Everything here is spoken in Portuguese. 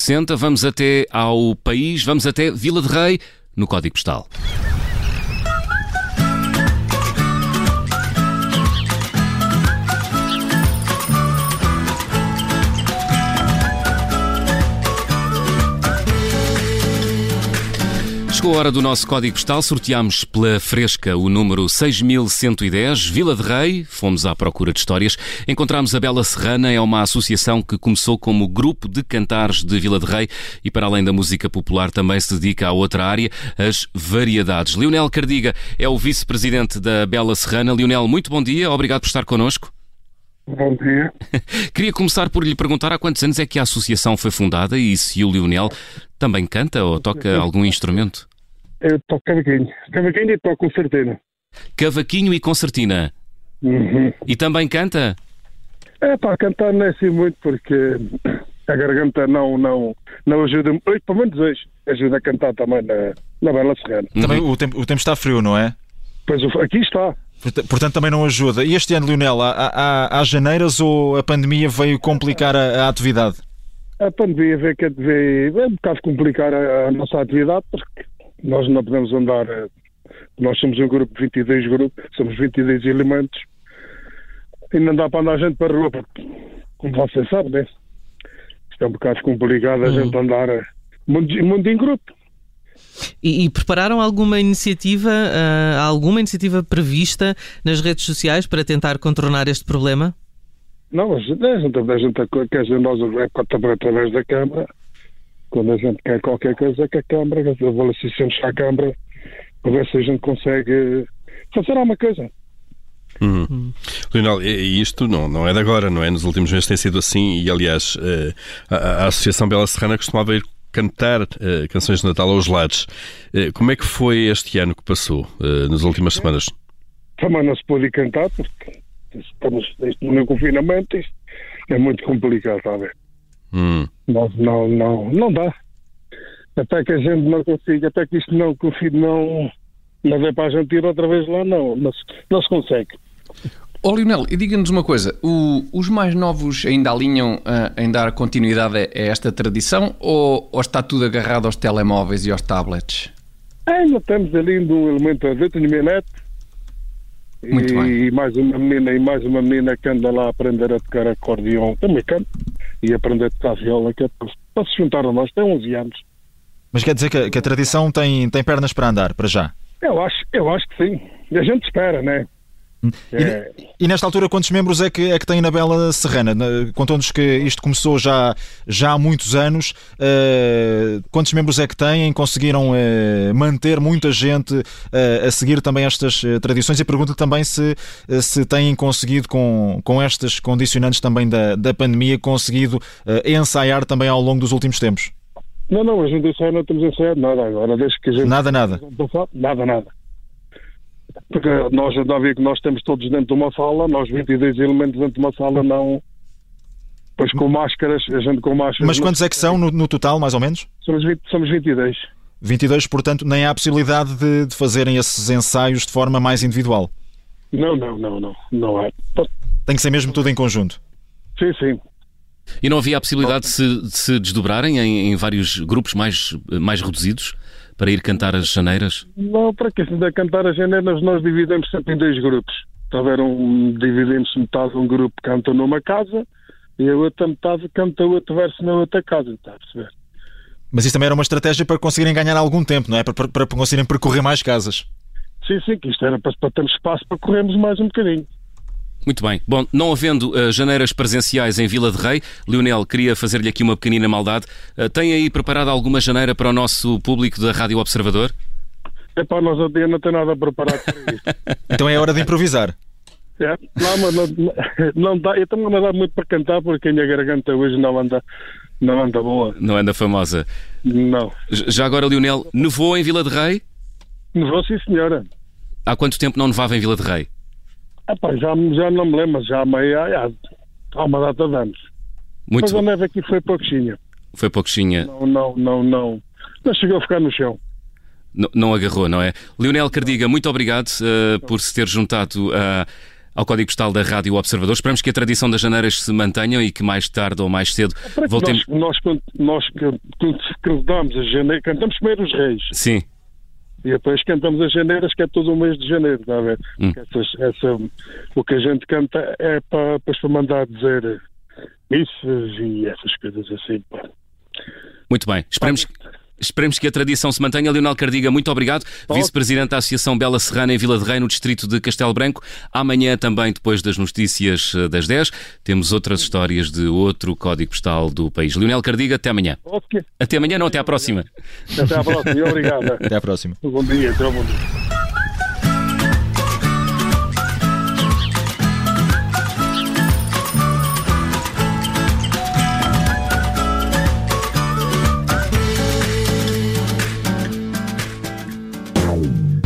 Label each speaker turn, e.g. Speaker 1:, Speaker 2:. Speaker 1: Senta, vamos até ao país, vamos até Vila de Rei, no Código Postal. Chegou a hora do nosso código postal. Sorteámos pela fresca o número 6110, Vila de Rei. Fomos à procura de histórias. Encontramos a Bela Serrana, é uma associação que começou como grupo de cantares de Vila de Rei e, para além da música popular, também se dedica a outra área, as variedades. Lionel Cardiga é o vice-presidente da Bela Serrana. Lionel, muito bom dia. Obrigado por estar connosco.
Speaker 2: Bom dia.
Speaker 1: Queria começar por lhe perguntar há quantos anos é que a associação foi fundada e se o Lionel também canta ou toca algum instrumento?
Speaker 2: Eu toco cavaquinho. Cavaquinho e toco concertina.
Speaker 1: Cavaquinho e concertina.
Speaker 2: Uhum.
Speaker 1: E também canta?
Speaker 2: É pá, cantar não é assim muito porque a garganta não, não, não ajuda. Hoje, pelo menos hoje, ajuda a cantar também na, na Bela Serrana.
Speaker 3: Também o tempo, o tempo está frio, não é?
Speaker 2: Pois o- aqui está.
Speaker 3: Porta- Portanto, também não ajuda. E este ano, Lionel, há, há, há janeiras ou a pandemia veio complicar a, a atividade?
Speaker 2: A pandemia veio, que veio é um bocado complicar a, a nossa atividade porque nós não podemos andar. eh, Nós somos um grupo, 22 grupos, somos 22 elementos e não dá para andar gente para a rua porque, como você sabe, né? Isto é um bocado complicado a gente andar eh, muito, muito em grupo.
Speaker 4: E, e prepararam alguma iniciativa, ah, alguma iniciativa prevista nas redes sociais para tentar contornar este problema?
Speaker 2: Não, mas a gente, a gente, quer dizer, nós é também através da Câmara, quando a gente quer qualquer coisa que a Câmara, quer dizer, assistimos à Câmara, para ver se a gente consegue eh, fazer alguma coisa.
Speaker 5: Leonel, e- e isto não, não é de agora, não é? Nos últimos meses tem sido assim e, aliás, eh, a, a Associação Bela Serrana costumava ir cantar eh, canções de Natal aos lados. Eh, Como é que foi este ano que passou, eh, nas últimas semanas?
Speaker 2: Também não se pode ir cantar, porque estamos neste no confinamento, isto é muito complicado, está a ver?
Speaker 5: Hum.
Speaker 2: Não, não, não, não dá. Até que a gente não consiga, até que isto não confie, não, não dê para a gente ir outra vez lá, não, não se, não se consegue.
Speaker 6: Ó Lionel, e diga-nos uma coisa: o- os mais novos ainda alinham ah, em dar continuidade a, a esta tradição ou, ou está tudo agarrado aos telemóveis e aos tablets?
Speaker 2: Ainda temos ali ainda um elemento a ver, tenho minha neta.
Speaker 6: Muito
Speaker 2: e,
Speaker 6: bem.
Speaker 2: e mais uma menina e mais uma menina que anda lá a aprender a tocar acordeão também canto e aprender a tocar viola que é para, para se juntar a nós, tem 11 anos.
Speaker 3: Mas quer dizer que a, que a tradição tem, tem pernas para andar, para já.
Speaker 2: Eu acho, eu acho que sim. E a gente espera, né? É,
Speaker 3: Hum, E nesta altura, quantos membros é que, é que tem na Bela Serrana? Na- Contou-nos que isto começou já, já há muitos anos. Eh, quantos membros é que têm? Conseguiram eh, manter muita gente eh, a seguir também estas eh, tradições? E pergunto também se, eh, se têm conseguido, com, com estas condicionantes também da, da pandemia, conseguido eh, ensaiar também ao longo dos últimos tempos?
Speaker 2: Não, não, a gente ensaiar, não estamos a ensaiar nada agora, desde que a gente
Speaker 3: Nada, nada.
Speaker 2: Não sabe Nada, nada. Porque nós já vi que nós estamos todos dentro de uma sala, nós 22 elementos dentro de uma sala,
Speaker 3: Hum.
Speaker 2: não. Pois com máscaras, a gente com máscaras.
Speaker 3: Mas
Speaker 2: não-
Speaker 3: quantos é que são no, no total, mais ou menos?
Speaker 2: Somos, 20, somos 22.
Speaker 3: 22, portanto, nem há a possibilidade de, de fazerem esses ensaios de forma mais individual.
Speaker 2: Não, não, não, não. Não é. Pô,
Speaker 3: Tem que ser mesmo tudo em conjunto.
Speaker 2: Sim, sim.
Speaker 1: E não havia a possibilidade de se, de se desdobrarem em, em vários grupos mais, mais reduzidos para ir cantar as janeiras?
Speaker 2: Não, para que se ainda cantar as janelas, nós dividimos sempre em dois grupos. Tiveram, um, dividimos metade, um grupo canta numa casa e a outra metade canta outro verso na outra casa, está a perceber?
Speaker 3: Mas isso também era uma estratégia para conseguirem ganhar algum tempo, não é? Para, para- para conseguirem percorrer mais casas.
Speaker 2: Sim, sim, que isto era para, para termos espaço para corrermos mais um bocadinho.
Speaker 1: Muito bem. Bom, não havendo eh, janeiras presenciais em Vila de Rei, Lionel, queria fazer-lhe aqui uma pequenina maldade. Eh, tem aí preparado alguma janeira para o nosso público da Rádio Observador?
Speaker 2: É para nós, eu não tenho nada preparado para isto.
Speaker 3: Então é hora de improvisar.
Speaker 2: É, não, mas não, não dá, eu também não dá muito para cantar porque a minha garganta hoje não anda, não anda boa.
Speaker 1: Não é da famosa.
Speaker 2: Não.
Speaker 1: J- Já agora, Lionel, nevou em Vila de Rei?
Speaker 2: Mas vou sim, senhora.
Speaker 1: Há quanto tempo não nevava em Vila de Rei?
Speaker 2: Ah, pá, já, já não me lembro, mas já há, meia, há, há uma data de anos.
Speaker 1: Muito.
Speaker 2: Mas a neve aqui foi pouquinha.
Speaker 1: Foi pouquinha.
Speaker 2: Não, não, não, não. Não chegou a ficar no chão.
Speaker 1: N- Não agarrou, não é? Leonel Cardiga, muito obrigado eh, por se ter juntado a. ao código postal da Rádio Observador. Esperamos que a tradição das janeiras se mantenha e que mais tarde ou mais cedo
Speaker 2: É Para que
Speaker 1: voltemos.
Speaker 2: Nós, nós, nós can- can- cantamos a janeiro, cantamos primeiro os reis
Speaker 1: Sim,
Speaker 2: e depois cantamos as janeiras, que é todo o mês de janeiro, está a ver?
Speaker 1: Hum.
Speaker 2: Essas- essa, o que a gente canta é para, depois para mandar dizer missas e essas coisas assim. pá.
Speaker 1: muito bem. Esperemos, esperemos que a tradição se mantenha. Leonel Cardiga, muito obrigado. Vice-presidente da Associação Bela Serrana em Vila de Rei, no distrito de Castelo Branco. Amanhã, também depois das notícias eh, das 10, temos outras histórias de outro código postal do país. Leonel Cardiga, até amanhã.
Speaker 2: Ok,
Speaker 1: Até amanhã, não, até à próxima.
Speaker 2: até à próxima e obrigado.
Speaker 3: Até à próxima.
Speaker 2: Bom dia, até ao bom dia.